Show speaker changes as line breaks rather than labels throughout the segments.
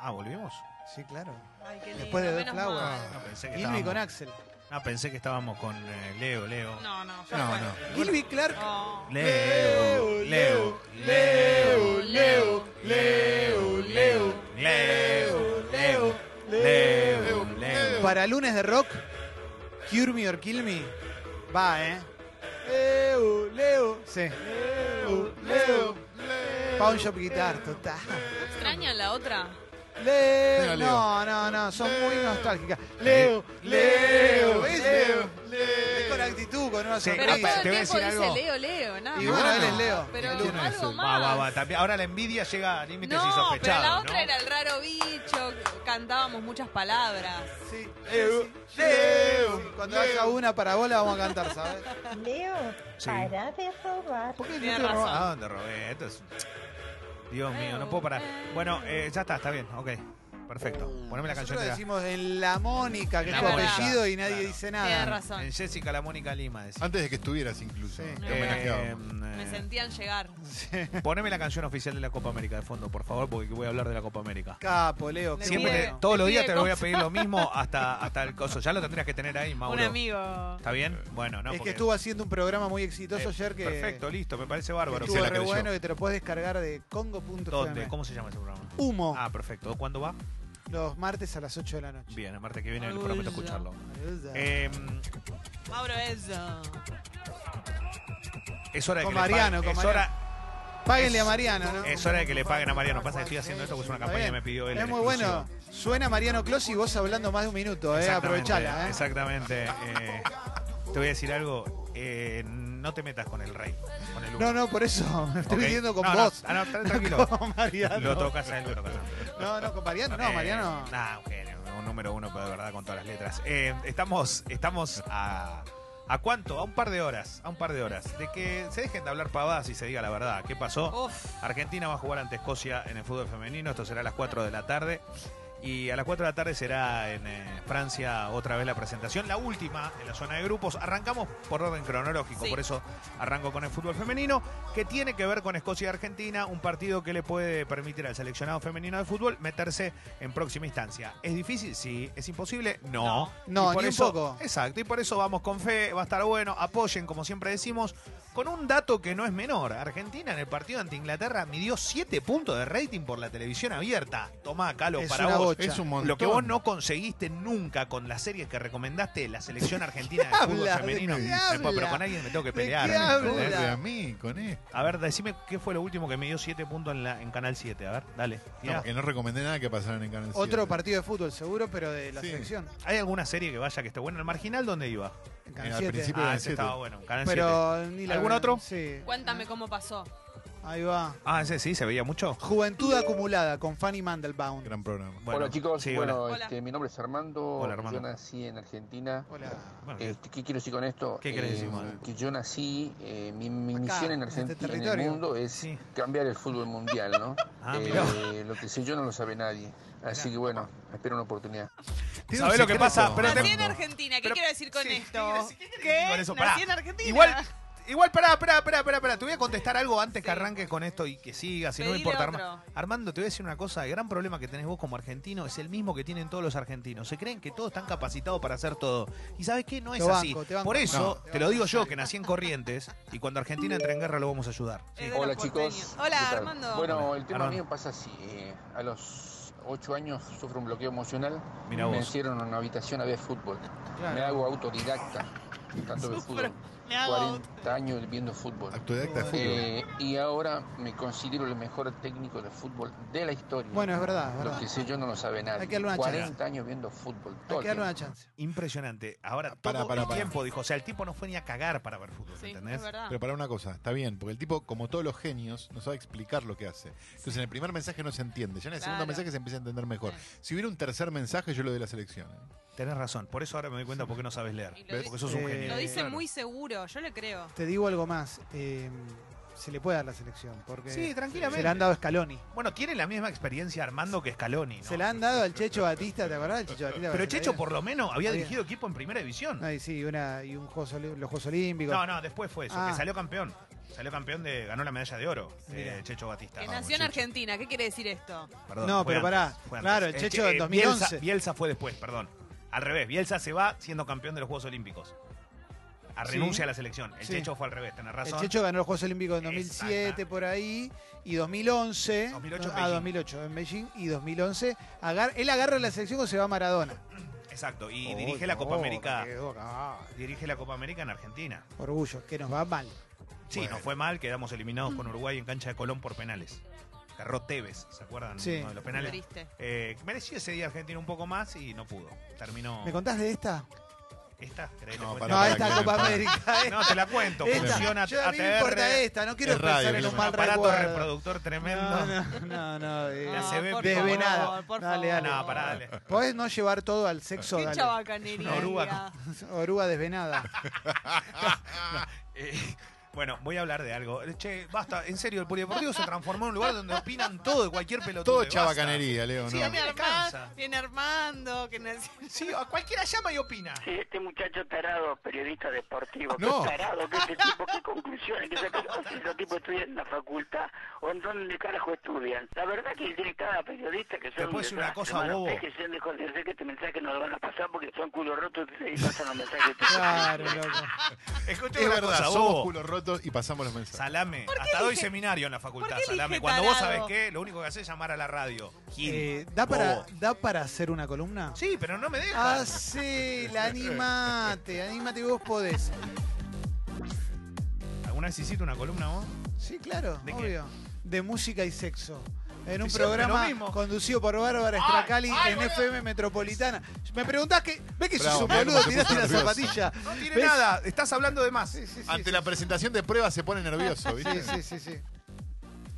Ah, volvimos.
Sí, claro.
Ay, qué lindo.
Después de The
menos
Flower.
mal.
No, pensé que
Gilby
estábamos.
con Axel.
Ah, pensé que estábamos con eh, Leo, Leo.
No, no, yo
No,
no.
no.
Gilby Clark.
No.
Leo, Leo, Leo, Leo, Leo, Leo, Leo, Leo, Leo, Leo.
Para lunes de rock, Cure Me or Kill Me, va, ¿eh? Leo, Leo. Sí. Leo, Leo. Pawn Shop Guitar, total.
¿Extrañan la otra?
Eh,
Leo.
Leo.
No, no, no, son muy nostálgicas.
Leo,
Leo, es Leo. Es con actitud, con una
Sí,
Pero
Apa,
sonrisa.
todo el
te voy a
tiempo
decir
dice
algo.
Leo, Leo, nada
Y
más.
bueno, él es Leo.
Pero
Él tiene
algo
eso.
más.
Va, va, va. También, ahora la envidia llega a límites
no, pero la
insospechados,
otra
¿no?
era el raro bicho, cantábamos muchas palabras.
Sí,
Leo,
sí, sí. Leo.
eh,
Cuando haya una parabola vamos a cantar, ¿sabes?
Leo,
Sí.
para de robar.
¿Por qué
Tiene
no te
razón.
robás?
Ah, ¿A dónde robé? Esto es- Dios mío, no puedo parar. Bueno, eh, ya está, está bien. Ok, perfecto. Poneme la canción
Nosotros
de la-
decimos en La Mónica, que
La
es tu
Mónica,
apellido, y nadie
claro.
dice
Tienes
nada.
razón.
En Jessica, la Mónica Lima. decimos.
Antes de que estuvieras incluso.
Sí.
Te
Eh,
homenajeaba.
Me
eh,
sentían llegar.
Poneme la canción oficial de la Copa América de fondo, por favor, porque voy a hablar de la Copa América.
Capo, Leo.
Le
qué
Siempre,
pide-
te-
bueno.
todos los
le
días
pide
te voy a
cosas.
pedir lo mismo hasta, hasta el coso. Ya lo tendrías que tener ahí, Mauro.
Un amigo.
¿Está bien? Bueno, no.
Eh, es
porque-
que estuvo haciendo un programa muy
eh,
exitoso ayer que
Perfecto, listo, me parece
que
bárbaro.
se
estuvo
la
re
creyó.
bueno que te lo puedes descargar de
¿Dónde?
congo.fm.
¿Cómo se llama ese programa?
Humo,
Ah, perfecto. ¿Cuándo va?
los martes a las 8 de la noche.
Bien, el martes que viene prometo escucharlo. Eh,
Mauro, eso.
es hora de
Con
que le
Mariano,
paguen-
con
es hora,
Páguenle
es-
a Mariano, ¿no?
es hora de que le paguen a Mariano. Pasa que estoy haciendo esto porque es una
Está
campaña que me
bien.
pidió él.
Es
en
muy
exclusiva.
bueno. Suena Mariano Clos y vos hablando más de un minuto, eh.
Exactamente,
Aprovechala, eh.
Exactamente. eh, te voy a decir algo. eh, no te metas con el rey, con el uno.
No, no, por eso me estoy
Ok.
midiendo con
No, no,
vos.
ah, no, tra- tranquilo.
Con Mariano.
Lo tocas a él, lo tocas a él.
No, no, con Mariano, no,
Eh,
Mariano.
nah, un genio, un número uno, pero de verdad con todas las letras. Eh, estamos estamos a. ¿A cuánto? A un par de horas. A un par de horas. De que se dejen de hablar pavadas y se diga la verdad. ¿Qué pasó?
Uf.
Argentina va a jugar ante Escocia en el fútbol femenino. Esto será a las 4 de la tarde. Y a las 4 de la tarde será en eh, Francia otra vez la presentación. La última en la zona de grupos. Arrancamos por orden cronológico.
Sí.
Por eso arranco con el fútbol femenino. Que tiene que ver con Escocia y Argentina. Un partido que le puede permitir al seleccionado femenino de fútbol meterse en próxima instancia. ¿Es difícil? Sí. ¿Es imposible? No.
No,
Y por
ni un
eso-
poco.
Exacto. Y por eso vamos con fe. Va a estar bueno. Apoyen, como siempre decimos. Con un dato que no es menor, Argentina en el partido ante Inglaterra midió 7 puntos de rating por la televisión abierta. Tomá, Calo,
Es
para
una
vos.
bocha.
Es un montón.
Lo que vos no conseguiste nunca con las series que recomendaste, la selección argentina de fútbol
hablas? ¿De
femenino.
qué
Me
hablas?
puedo- pero con alguien me tengo que
¿De qué
pelear.
hablas?
¿entendés?
Corre a mí con esto.
A ver, decime qué fue lo último que me dio 7 puntos en, la, en Canal 7. A ver, dale.
No,
tirá.
porque no recomendé nada que pasaran en Canal
Otro
7.
partido de fútbol seguro, pero de la
Sí.
selección.
¿Hay alguna serie que vaya que esté buena? ¿El marginal dónde iba?
En
Eh,
Canal
al
7.
principio
Ah,
Canal
ese
7.
estaba bueno. en Canal 7.
Pero ni la
¿Algún otro?
Sí.
Cuéntame cómo pasó.
Ahí va.
Ah, ese sí, se veía mucho.
Juventud acumulada con Fanny Mandelbaum.
Gran programa.
hola chicos,
sí, hola.
bueno,
Hola.
Este, mi nombre es Armando,
Hola, Armando.
yo nací en Argentina.
Hola.
Bueno, que-
Este, ¿Qué quiero decir con esto?
¿Qué querés decir,
Eh,
Manuel?
que yo nací, eh, mi, mi
Acá,
misión
en
en
este
Argentina, en
territorio.
el mundo, es
Sí.
cambiar el fútbol mundial, ¿no?
Ah,
Eh,
mirá.
lo que sé yo no lo sabe nadie, así que bueno, espero una oportunidad.
Tiene un
¿Sabés lo que
secreto.
pasa? Pero te-
Nací en Argentina, ¿qué
Pero-
quiero decir con
sí, ¿qué
esto?
quiere decir- qué quiere decir
¿Qué?
con eso? Pará.
Nací en Argentina.
Igual, igual, pará, pará, pará, pará, pará. Te voy a contestar algo antes que arranques con esto y que sigas, si no me
Pedile
importa.
otro.
Arma- Armando, te voy a decir una cosa. El gran problema que tenés vos como argentino es el mismo que tienen todos los argentinos. Se creen que todos están capacitados para hacer todo. Y ¿sabes qué? No es
Te banco,
así.
te banco,
Por eso,
Armando.
te lo digo yo, que nací en Corrientes, y cuando Argentina entre en guerra lo vamos a ayudar.
Es de los
Hola
porteños.
chicos. ¿Qué
Hola,
tal?
Armando.
Bueno, el tema
Armando.
mío pasa así, eh, a los 8 años sufro un bloqueo emocional,
Mirá
me
vos.
hicieron en una habitación a ver fútbol, me
Claro.
hago autodidacta, tanto de
Sufro.
fútbol,
Me hago auto.
40 años viendo fútbol.
Autodidacta de fútbol.
Eh, y ahora me considero el mejor técnico de fútbol de la historia.
Bueno, es verdad, es
lo
verdad.
que sé yo no lo sabe nadie.
Hay que darle una
40 años viendo fútbol.
Hay
Todo
que
el
darle
tiempo.
una chance.
Impresionante.
Ah,
Ahora,
Pará,
todo
pará,
el
pará.
tiempo dijo. O sea, el tipo no fue ni a cagar para ver fútbol,
Sí,
¿entendés?
es verdad.
Pero para una cosa, está bien, porque el tipo, como todos los genios, no sabe explicar lo que hace. Entonces en el primer mensaje no se entiende, ya en el segundo
Claro.
mensaje se empieza a entender mejor.
Sí.
Si hubiera un tercer mensaje, yo lo doy la selección. ¿eh?
Tenés razón. Por eso ahora me doy cuenta por qué no sabes leer.
Y lo,
¿Ves?
di-
Porque sos un
Eh,
genio.
lo dice
Claro.
muy seguro, yo le creo.
Te digo algo más. eh, se le puede dar la selección. Porque
Sí, tranquilamente.
se la han dado a Scaloni.
Bueno, tiene la misma experiencia Armando que Scaloni, ¿no?
Se la han dado al Checho Batista, ¿te acordás del Checho Batista?
Pero Checho por lo menos había
Está
dirigido equipo en primera división.
No, y sí, una, y un Juegos Oli- los Juegos Olímpicos.
No, no, después fue eso,
Ah.
que salió campeón. Salió campeón de. ganó la medalla de oro
Mira.
eh, Checho Batista.
Que
Vamos,
nació en
Checho.
Argentina. ¿Qué quiere decir esto?
Perdón,
No,
fue
pero pará.
fue
Claro, el
Eh,
Checho en
eh,
2011.
Bielsa, Bielsa fue después, perdón. Al revés, Bielsa se va siendo campeón de los Juegos Olímpicos. A
Sí.
renuncia a la selección. El
Sí.
Checho fue al revés, tenés razón.
El Checho ganó los Juegos Olímpicos en 2007
Exacta.
por ahí y 2011
2008 en
a
Beijing.
2008 en Beijing y 2011 agar- él agarra la selección o se va a Maradona
Exacto, y
Oh,
dirige la
no,
Copa América.
me quedo acá.
Dirige la Copa América en Argentina.
Orgullo, que nos va mal.
Sí,
Bueno.
nos fue mal, quedamos eliminados con Uruguay en cancha de Colón por penales. Carró Tevez, ¿se acuerdan?
Sí.
Uno de los penales.
Triste.
Eh, mereció ese día Argentina un poco más y no pudo. Terminó.
¿Me contás de esta?
¿Esta? ¿Querés que
No,
te
pará,
No,
cuente?
esta
para que
Copa
me-
América. eh.
No, te la cuento.
Esta,
Funciona
yo a mí me
ATR,
importa esta, no quiero
Es radio,
pensar en
que
un
un
me-
mal
aparato
recuerdo.
reproductor tremendo.
No, no, no, no. eh,
La se ve
por
desvelada.
favor, por
Dale,
favor.
dale.
No, pará, dale.
Podés no llevar todo al sexo,
Qué
dale.
chabacanería.
Es una oruga
mira.
Oruga desvenada.
Eh, bueno, voy a hablar de algo. Che, basta, en serio, el polideportivo se transformó en un lugar donde opinan todo de cualquier pelotudo.
Todo
basta.
chabacanería, Leo,
Sí,
¿no?
viene,
me
Armando,
cansa.
viene Armando, que nació-
Sí, a cualquiera llama y opina.
Sí, este muchacho tarado, periodista deportivo,
No.
qué tarado, que este tipo, qué conclusiones que sacan No sé si esos tipos estudian en la facultad o en dónde carajo estudian. La verdad que tiene cada periodista que son
Te puedo
un
decir una
desastre,
cosa,
hermano.
bobo.
Déjense de joder, sé que este mensaje no lo van a pasar porque son culo rotos y pasan los mensajes.
Claro, loco.
Escuchá
Es
una
verdad,
cosa,
somos
vos.
culos rotos y pasamos los mensajes.
Salame, hasta doy
dije-
seminario en la facultad,
¿por qué
Salame.
dije
Cuando vos
tarado?
sabés qué, lo único que haces es llamar a la radio. Gil,
Eh, ¿da, para,
bobo.
¿Da para hacer una columna?
Sí, pero no me dejas.
Ah, sí, la animate, animate vos podés.
¿Alguna vez hiciste una columna vos?
Sí, claro,
¿De qué?
obvio. De música y sexo. En un
Siempre lo
programa
mismo.
conducido por Bárbara Stracali
ay,
en
boludo.
FM Metropolitana. Me preguntás que. ¿Ves que
Bravo,
sos un
mirá
boludo?
cómo se puso
Tiraste la
nervioso.
zapatilla.
No tiene
¿Ves?
nada, estás hablando de más.
Sí, sí, sí.
Ante
sí.
la presentación de pruebas se pone nervioso,
Sí,
¿viste?
sí, sí, sí.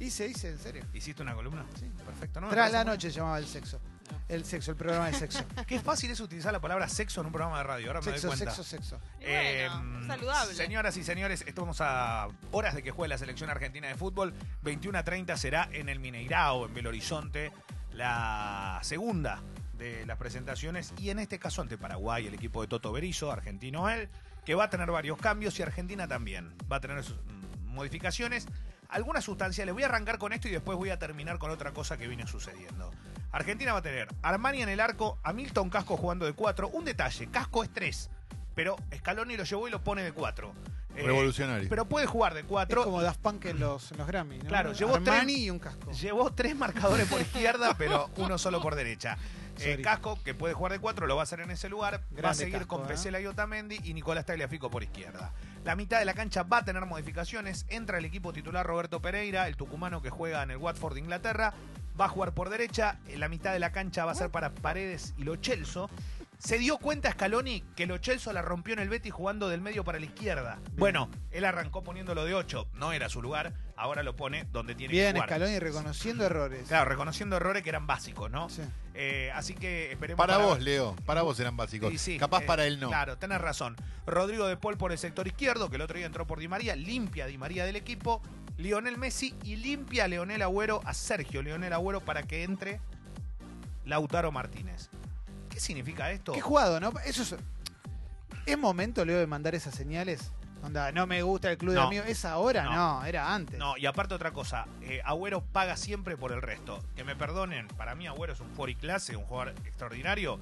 Hice, hice, en serio.
¿Hiciste una columna?
Sí.
Perfecto, ¿no? me
Tras
parece
la
muy-
noche llamaba el sexo. El sexo, el programa de sexo.
Qué fácil es utilizar la palabra sexo en un programa de radio, ahora me doy
Sexo,
cuenta.
sexo, sexo.
Y bueno,
Em,
saludable.
Señoras y señores, estamos a horas de que juegue la selección argentina de fútbol. 21 a 30 será en el Mineirao, en Belo Horizonte, la segunda de las presentaciones. Y en este caso ante Paraguay, el equipo de Toto Berizo, argentino él, que va a tener varios cambios y Argentina también. Va a tener sus, mm, modificaciones. Algunas sustanciales. Voy a arrancar con esto y después voy a terminar con otra cosa que viene sucediendo. Argentina va a tener Armani en el arco, a Milton Casco jugando de 4. Un detalle, Casco es 3, pero Scaloni lo llevó y lo pone de 4.
Revolucionario.
Eh, Pero puede jugar de
Es
4.
como Daft Punk en los, en los Grammy, ¿no?
Claro, llevó tres-
Armani y un casco.
Llevó tres marcadores por izquierda, pero uno solo por derecha. Eh,
Sorry.
Casco, que puede jugar de cuatro, lo va a hacer en ese lugar. va a
Grande
seguir
Casco,
con
¿eh?
Pesela y Otamendi y Nicolás Tagliafico por izquierda. La mitad de la cancha va a tener modificaciones. Entra el equipo titular Roberto Pereira, el tucumano que juega en el Watford de Inglaterra. Va a jugar por derecha. En La mitad de la cancha va a ser para Paredes y Lo Celso. Se dio cuenta Scaloni que Lo Celso la rompió en el Betis jugando del medio para la izquierda. Bueno, él arrancó poniéndolo de 8. No era su lugar. Ahora lo pone donde tiene
Bien,
que jugar.
Scaloni reconociendo errores.
Claro, reconociendo errores que eran básicos, ¿no?
Sí.
Eh, así que esperemos.
Para vos, Leo, para vos eran básicos.
Sí, sí,
Capaz
eh,
para él no.
Claro, tenés razón. Rodrigo de Paul por el sector izquierdo, que el otro día entró por Di María, limpia a Di María del equipo. Lionel Messi y limpia a Leonel Agüero, a Sergio Leonel Agüero, para que entre Lautaro Martínez. ¿Qué significa esto?
Qué jugado, ¿no? Eso es. ¿Es momento, Leo, de mandar esas señales? Onda, no me gusta el club de
No.
amigos. ¿Es ahora? No,
No.
era antes.
No, y aparte otra cosa, eh, Agüero paga siempre por el resto. Que me perdonen, para mí Agüero es un y clase, un jugador extraordinario,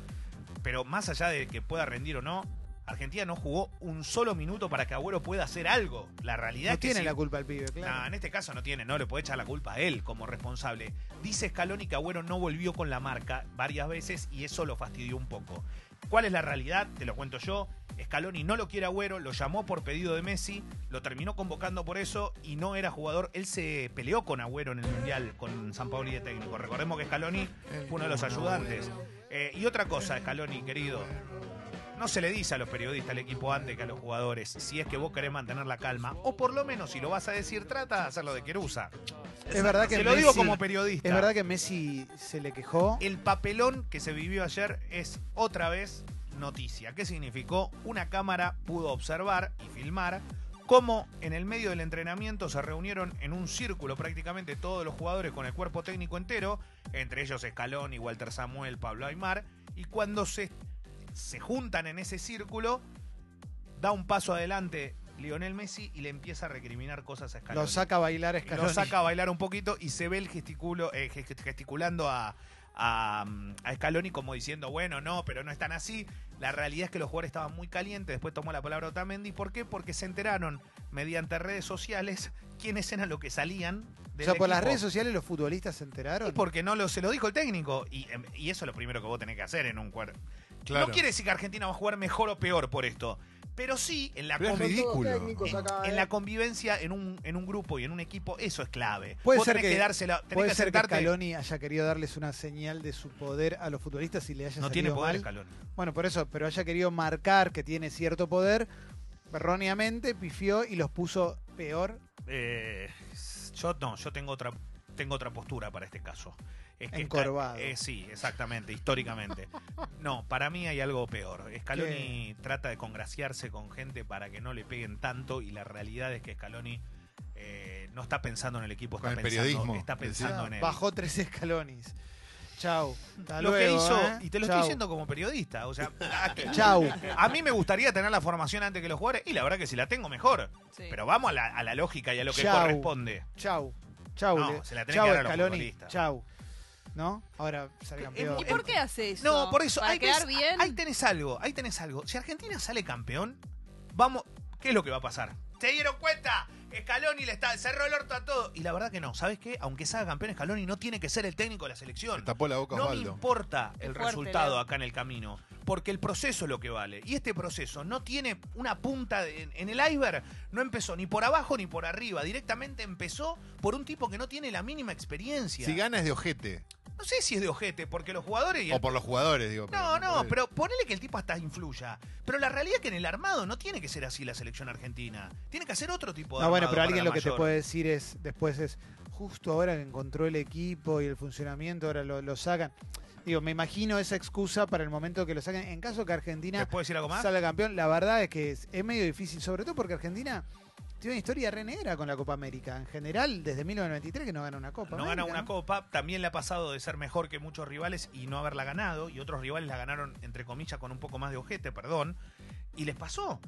pero más allá de que pueda rendir o no, Argentina no jugó un solo minuto para que Agüero pueda hacer algo. La realidad
No
es que
tiene
sí.
la culpa el pibe, claro.
Nah, en este caso no tiene, no le puede echar la culpa a él como responsable. Dice Scaloni que Agüero no volvió con la marca varias veces y eso lo fastidió un poco. ¿Cuál es la realidad? Te lo cuento yo. Scaloni no lo quiere a Agüero, lo llamó por pedido de Messi, lo terminó convocando por eso y no era jugador. Él se peleó con Agüero en el Mundial, con San Paoli de técnico. Recordemos que Scaloni fue uno de los ayudantes. Eh, y otra cosa, Scaloni, querido. No se le dice a los periodistas, al equipo antes que a los jugadores, si es que vos querés mantener la calma, o por lo menos si lo vas a decir, trata de hacerlo de querusa.
Es verdad que
Te lo digo
Messi-
como periodista.
Es verdad que Messi se le quejó.
El papelón que se vivió ayer es otra vez noticia. ¿Qué significó? Una cámara pudo observar y filmar cómo en el medio del entrenamiento se reunieron en un círculo prácticamente todos los jugadores con el cuerpo técnico entero, entre ellos Escalón y Walter Samuel, Pablo Aymar, y cuando se, se juntan en ese círculo, da un paso adelante Lionel Messi y le empieza a recriminar cosas a Scaloni.
Lo saca a bailar
Y
Scaloni.
Lo saca a bailar un poquito y se ve el gesticulo, eh, gest- gesticulando a, a, mm, a Scaloni como diciendo, bueno, no, pero no están así. La realidad es que los jugadores estaban muy calientes. Después tomó la palabra Otamendi. ¿Por qué? Porque se enteraron mediante redes sociales quiénes eran los que salían
O
de
sea, por las redes sociales los futbolistas se enteraron.
Y porque no lo, se lo dijo el técnico. Y, em, y eso es lo primero que vos tenés que hacer en un cuerpo.
Claro.
No quiere decir que Argentina va a jugar mejor o peor por esto. Pero sí, en la,
Pero es
convi-
ridículo.
en, en la convivencia, en un, en un grupo y en un equipo, eso es clave.
Puede
Vos
ser
tenés
que-
que, dársela, tenés
Puede
que
ser que
sentarte.
Scaloni haya querido darles una señal de su poder a los futbolistas y le haya
no
salido
tiene poder
mal.
Scaloni.
Bueno, por eso, pero haya querido marcar que tiene cierto poder, erróneamente pifió y los puso peor.
Eh, yo no, yo tengo otra, tengo otra postura para este caso. Es que está-
Encorvado.
eh, sí, exactamente, históricamente. No, para mí hay algo peor. Scaloni trata de congraciarse con gente para que no le peguen tanto y la realidad es que Scaloni eh, no está pensando en el equipo, está
Con el
pensando,
periodismo,
está pensando
Ah,
en él.
Bajó tres escalones. Chau. Hasta
lo
luego,
que hizo,
¿eh?
y te lo
Chau.
estoy diciendo como periodista, o sea, a, que-
Chau.
a mí me gustaría tener la formación antes que los jugadores y la verdad que si la tengo mejor,
Sí.
pero vamos a la, a la lógica y a lo que
Chau.
corresponde.
Chau. Chau.
No,
le-
se la tenés
chau,
que dar a los
Scaloni.
futbolistas.
Chau. ¿No? Ahora sale campeón.
¿Y por qué hace eso?
No, por eso.
¿Para
ahí
quedar
tenés,
bien?
Ahí tenés algo, ahí tenés algo. Si Argentina sale campeón, vamos. ¿Qué es lo que va a pasar? ¿Se dieron cuenta? Scaloni le está, cerró el orto a todo. Y la verdad que no. ¿Sabes qué? Aunque salga campeón Scaloni, no tiene que ser el técnico de la
Le
selección.
tapó la boca a
No me
Osvaldo.
importa
Qué
el
fuerte,
resultado
Leo.
acá en el camino, porque el proceso es lo que vale. Y este proceso no tiene una punta de- en, en el iceberg, no empezó ni por abajo ni por arriba, directamente empezó por un tipo que no tiene la mínima experiencia.
Si gana es de ojete.
No sé si es de ojete, porque los jugadores y el
O por los jugadores, digo.
no, no,
por-
pero ponele que el tipo hasta influya. Pero la realidad es que en el armado no tiene que ser así la selección argentina. Tiene que hacer otro tipo de
No, bueno,
armado
pero
para
alguien
la
lo que te
mayor.
puede decir es, después es, justo ahora que encontró el equipo y el funcionamiento, ahora lo, lo sacan. Digo, me imagino esa excusa para el momento que lo saquen. En caso que
¿Les
Argentina
puedo decir algo más?
salga campeón, la verdad es que es, es medio difícil, sobre todo porque Argentina tiene una historia re negra con la Copa América. En general, desde 1993 que no gana una Copa.
No gana
América,
una
¿no?
copa, también le ha pasado de ser mejor que muchos rivales y no haberla ganado, y otros rivales la ganaron, entre comillas, con un poco más de ojete, perdón, y les pasó.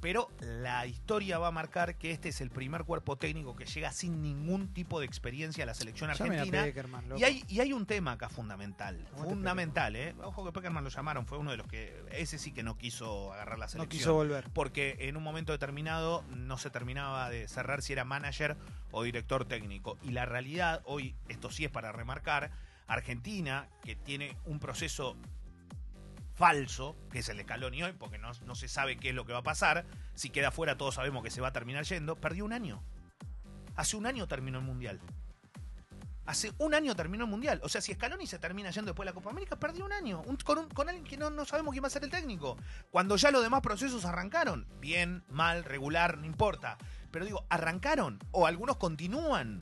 Pero la historia va a marcar que este es el primer cuerpo técnico que llega sin ningún tipo de experiencia a la selección
Llamen a
argentina.
Peckerman, loco.
Y hay, y hay un tema acá fundamental,
Aguante,
fundamental, ¿eh? Ojo que Peckerman lo llamaron, fue uno de los que, ese sí que no quiso agarrar la
no
selección.
quiso volver.
porque en un momento determinado no se terminaba de cerrar si era manager o director técnico. Y la realidad, hoy, esto sí es para remarcar, Argentina, que tiene un proceso falso, que es el de Scaloni hoy, porque no, no se sabe qué es lo que va a pasar, si queda fuera todos sabemos que se va a terminar yendo, perdió un año. Hace un año terminó el Mundial. Hace un año terminó el Mundial. O sea, si Scaloni se termina yendo después de la Copa América, perdió un año. Un- con, un- con alguien que no, no sabemos quién va a ser el técnico. Cuando ya los demás procesos arrancaron. Bien, mal, regular, no importa. Pero digo, arrancaron. O algunos continúan.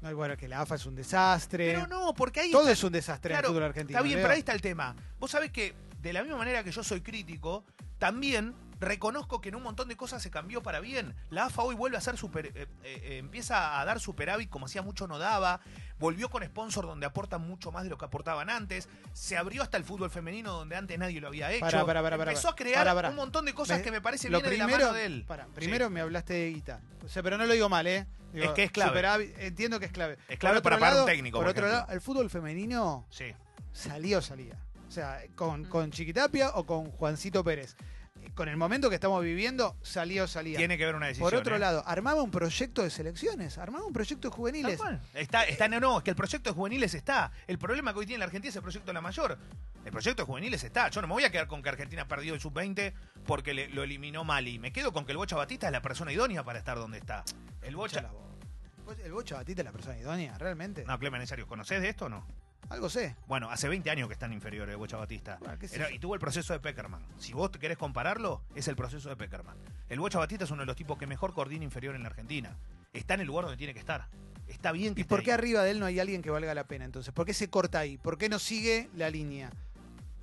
No, y bueno, que la AFA es un desastre.
Pero no, porque ahí
Eh, Todo es un desastre
Claro,
en el fútbol argentino.
Está bien,
Leo.
pero ahí está el tema. Vos sabés que, de la misma manera que yo soy crítico, también reconozco que en un montón de cosas se cambió para bien. La AFA hoy vuelve a ser super. eh, eh, eh, empieza a dar superávit como hacía mucho no daba. Volvió con sponsor donde aportan mucho más de lo que aportaban antes. Se abrió hasta el fútbol femenino donde antes nadie lo había hecho.
Pará, pará, pará, pará,
Empezó a crear
pará, pará.
un montón de cosas
Me-
que me parece
lo
bien de la mano de él.
pará,
Sí.
primero me hablaste de guita. O sea, pero no lo digo mal, ¿eh? Digo,
Es que es clave.
superavi- entiendo que es clave.
Es clave
Por otro
para parar un
lado-
técnico,
Por,
por
otro
ejemplo.
lado, el fútbol femenino
Sí.
salió, salía. O sea, con,
Mm.
con Chiquitapia o con Juancito Pérez. Eh, Con el momento que estamos viviendo, salió, salía.
Tiene que ver una decisión.
por otro
¿eh?
lado, armaba un proyecto de selecciones, armaba un proyecto de
Tal
juveniles.
cual. Está, está, no, no, es que el proyecto de juveniles está. El problema que hoy tiene la Argentina es el proyecto de la mayor. El proyecto de juveniles está. Yo no me voy a quedar con que Argentina perdió el sub-20 porque le- lo eliminó Mali. Me quedo con que el Bocha Batista es la persona idónea para estar donde está. El
Escucha la
Bocha. Ah.
voz. Vos- El Bocha Batista es la persona idónea, realmente.
No, Clemen, en serio, ¿conocés de esto o no?
Algo sé.
Bueno, hace 20 años que están inferiores el Bocha Batista.
Ah, qué sé
Era-
yo.
y tuvo el proceso de Peckerman. Si vos te querés compararlo, es el proceso de Peckerman. El Bocha Batista es uno de los tipos que mejor coordina inferior en la Argentina. Está en el lugar donde tiene que estar. Está bien que
¿Y
esté
por qué
ahí.
arriba de él no hay alguien que valga la pena entonces? ¿Por qué se corta ahí? ¿Por qué no sigue la línea?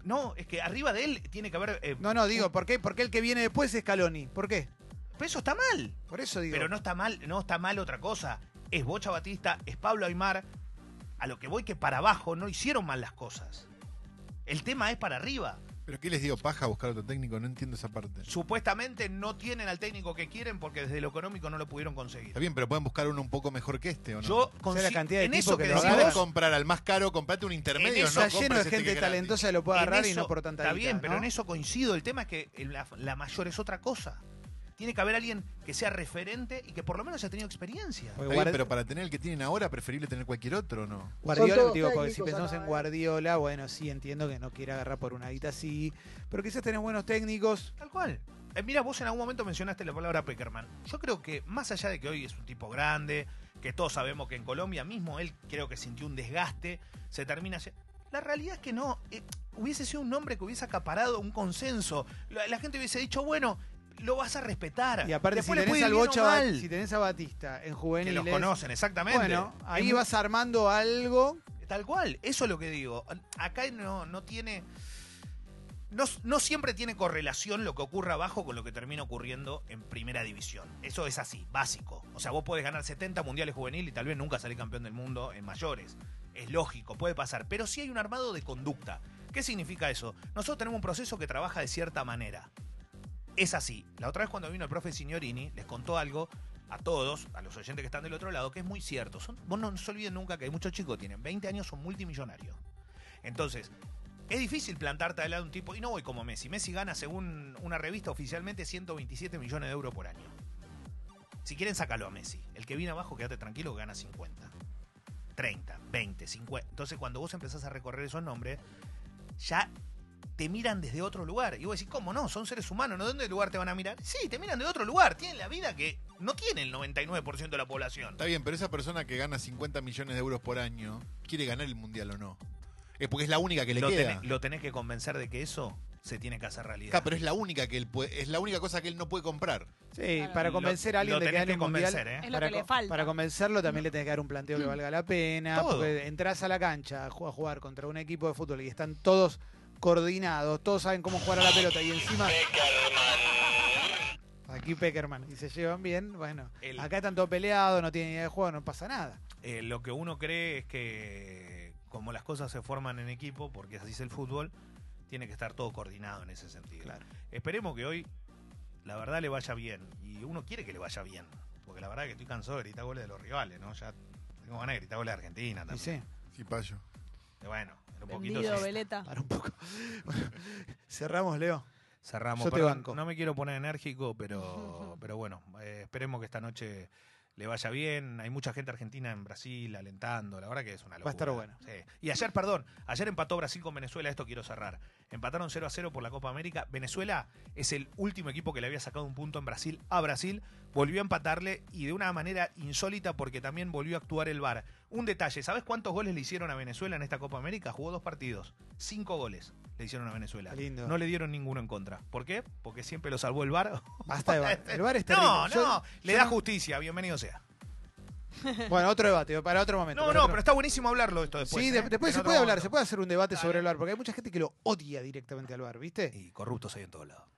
No, es que arriba de él tiene que haber eh,
No, no, digo, ¿por qué? ¿Por qué el que viene después es Scaloni? ¿Por qué?
Pero eso está mal.
Por eso digo.
Pero no está mal, no está mal otra cosa. Es Bocha Batista, es Pablo Aymar. A lo que voy que para abajo no hicieron mal las cosas. El tema es para arriba.
¿Pero qué les dio paja a buscar otro técnico? No entiendo esa parte.
Supuestamente no tienen al técnico que quieren porque desde lo económico no lo pudieron
Está
conseguir.
bien, pero pueden buscar uno un poco mejor que este, ¿o no?
Yo
O sea, la
consi-
cantidad de
en
tipos
eso
que
que,
lo
Pero si
decimos-
agarran.
vos comprar al más caro, comprate un intermedio,
En eso
no
Está lleno de
compres este que
gente
es gratis.
talentosa que lo puede
en
agarrar y
eso-
no por tanta
Está
guita,
bien, pero
¿no?
en eso coincido. El tema es que el- la, la mayor es otra cosa. Tiene que haber alguien que sea referente y que por lo menos haya tenido experiencia.
Porque
Está bien,
Guard-
pero para tener el que tienen ahora, preferible tener cualquier otro, ¿no?
Guardiola,
todos
digo, porque si
técnicos
pensamos
acá,
en
¿eh?
Guardiola, bueno, sí entiendo que no quiera agarrar por una guita así, pero quizás tenés buenos técnicos.
Tal cual. Eh, mira, vos en algún momento mencionaste la palabra Peckerman. Yo creo que más allá de que hoy es un tipo grande, que todos sabemos que en Colombia mismo él creo que sintió un desgaste, se termina... lle- La realidad es que no. eh, hubiese sido un nombre que hubiese acaparado un consenso. La, la gente hubiese dicho, bueno, lo vas a respetar.
Y aparte,
Después
si
le puede
tenés, al
ir bien o
Bocha, Ba-
mal,
si tenés a Batista en
que
juveniles,
los conocen, exactamente.
bueno, ahí
Es
vas armando algo.
Tal cual, eso es lo que digo. Acá no, no tiene. No, no siempre tiene correlación lo que ocurre abajo con lo que termina ocurriendo en primera división. Eso es así, básico. O sea, vos podés ganar 70 mundiales juvenil y tal vez nunca salir campeón del mundo en mayores. Es lógico, puede pasar. Pero sí hay un armado de conducta. ¿Qué significa eso? Nosotros tenemos un proceso que trabaja de cierta manera. Es así. La otra vez cuando vino el profe Signorini, les contó algo a todos, a los oyentes que están del otro lado, que es muy cierto. Son, vos no, no se olviden nunca que hay muchos chicos que tienen 20 años, son multimillonarios. Entonces, es difícil plantarte al lado de un tipo, y no voy como Messi. Messi gana, según una revista, oficialmente 127 millones de euros por año. Si quieren, sácalo a Messi. El que viene abajo, quédate tranquilo, que gana 50. 30, 20, 50. Entonces, cuando vos empezás a recorrer esos nombres, ya te miran desde otro lugar. Y vos decís, ¿cómo no? Son seres humanos, ¿no? ¿De dónde lugar te van a mirar? Sí, te miran de otro lugar. Tienen la vida que no tiene el 99% de la población.
Está bien, pero esa persona que gana 50 millones de euros por año, ¿quiere ganar el mundial o no? Es porque es la única que le
Lo,
queda.
tenés, lo tenés que convencer de que eso se tiene que hacer realidad.
Está, pero es la única que él puede- es la única cosa que él no puede comprar.
Sí,
Claro.
eh, para
Lo-
convencer a alguien
lo
de que
tenés
gane
que
un mundial.
convencer, ¿eh? Mm.
Es lo
para,
que le
co-
falta.
para convencerlo también le tenés que dar un planteo que valga la pena.
Todo.
Porque entras a la cancha a ju- a jugar contra un equipo de fútbol y están todos coordinados, todos saben cómo jugar a la pelota y encima. Aquí Peckerman y se llevan bien. Bueno,
El-
acá están todos peleados, no tienen idea de juego, no pasa nada.
Eh, lo que uno cree es que como las cosas se forman en equipo, porque así es el fútbol, tiene que estar todo coordinado en ese sentido.
Claro.
Esperemos que hoy la verdad le vaya bien. Y uno quiere que le vaya bien. Porque la verdad que estoy cansado de gritar goles de los rivales, ¿no? Ya tengo ganas de gritar goles de Argentina
Y
también.
sí,
Sí, payo.
Pero Bueno, en un poquito
Vendido,
sí.
Veleta.
para un poco. Bueno, cerramos, Leo.
cerramos.
Yo te
Perdón,
banco.
No me quiero poner enérgico, pero, pero bueno, eh, esperemos que esta noche le vaya bien. Hay mucha gente argentina en Brasil alentando. La verdad que es una locura.
Va a estar bueno.
Sí. Y ayer, perdón, ayer empató Brasil con Venezuela. Esto quiero cerrar. Empataron 0 a 0 por la Copa América. Venezuela es el último equipo que le había sacado un punto en Brasil a Brasil. Volvió a empatarle y de una manera insólita porque también volvió a actuar el VAR. Un detalle, ¿sabes cuántos goles le hicieron a Venezuela en esta Copa América? Jugó dos partidos. Cinco goles le hicieron a Venezuela.
Qué lindo.
No le dieron ninguno en contra. ¿Por qué? Porque siempre lo salvó el VAR.
Basta de bar. El bar está
este- No, no, le da justicia, bienvenido sea.
Bueno, otro debate, para otro momento.
No,
para
no,
otro-
pero está buenísimo hablarlo esto después.
sí,
¿eh?
de- después
En
se
otro
puede hablar,
momento.
se puede hacer un debate sobre
Dale.
el bar, porque hay mucha gente que lo odia directamente al bar, ¿viste?
Y corruptos hay en todos lados.